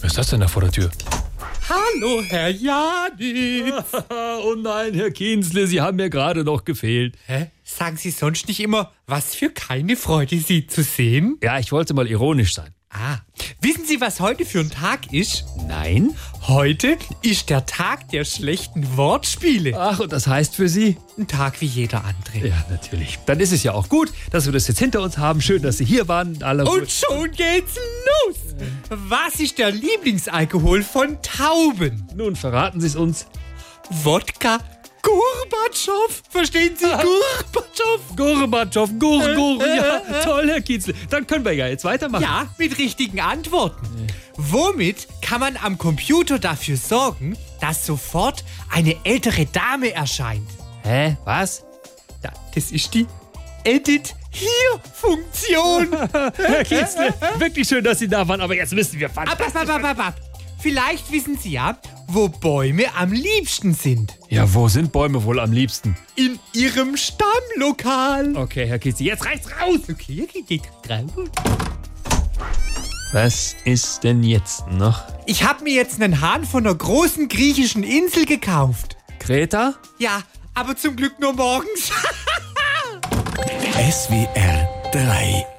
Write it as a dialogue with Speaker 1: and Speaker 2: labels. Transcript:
Speaker 1: ist das denn da vor der Tür?
Speaker 2: Hallo, Herr Janitz.
Speaker 3: Oh nein, Herr Kienzle, Sie haben mir gerade noch gefehlt.
Speaker 2: Hä? Sagen Sie sonst nicht immer, was für keine Freude Sie zu sehen?
Speaker 3: Ja, ich wollte mal ironisch sein.
Speaker 2: Ah, wissen Sie, was heute für ein Tag ist?
Speaker 3: Nein?
Speaker 2: Heute ist der Tag der schlechten Wortspiele.
Speaker 3: Ach, und das heißt für Sie?
Speaker 2: Ein Tag wie jeder andere.
Speaker 3: Ja, natürlich. Dann ist es ja auch gut, dass wir das jetzt hinter uns haben. Schön, dass Sie hier waren. Alle
Speaker 2: Und schon geht's los. Was ist der Lieblingsalkohol von Tauben?
Speaker 3: nun verraten Sie es uns.
Speaker 2: Wodka Gorbatschow. Verstehen Sie? Gorbatschow.
Speaker 3: Gorbatschow, Gur,
Speaker 2: Äh,
Speaker 3: Gur. Ja, toll, Herr Kienzle. Dann können wir ja jetzt weitermachen.
Speaker 2: Ja, mit richtigen Antworten. Womit kann man am Computer dafür sorgen, dass sofort eine ältere Dame erscheint?
Speaker 3: Hä? Was?
Speaker 2: Ja, das ist die Edit hier Funktion. Äh,
Speaker 3: Herr Kienzle, wirklich schön, dass Sie da waren, aber jetzt müssen wir fahren.
Speaker 2: ab, ab, ab, ab, ab, ab. Vielleicht wissen Sie ja, wo Bäume am liebsten sind.
Speaker 3: Ja, wo sind Bäume wohl am liebsten?
Speaker 2: In ihrem Stammlokal.
Speaker 3: Okay, Herr Kienzle, jetzt reicht's raus.
Speaker 2: Okay, okay, geht rein.
Speaker 3: Was ist denn jetzt noch?
Speaker 2: Ich habe mir jetzt einen Hahn von einer großen griechischen Insel gekauft.
Speaker 3: Kreta?
Speaker 2: Ja, aber zum Glück nur morgens.
Speaker 4: SWR 3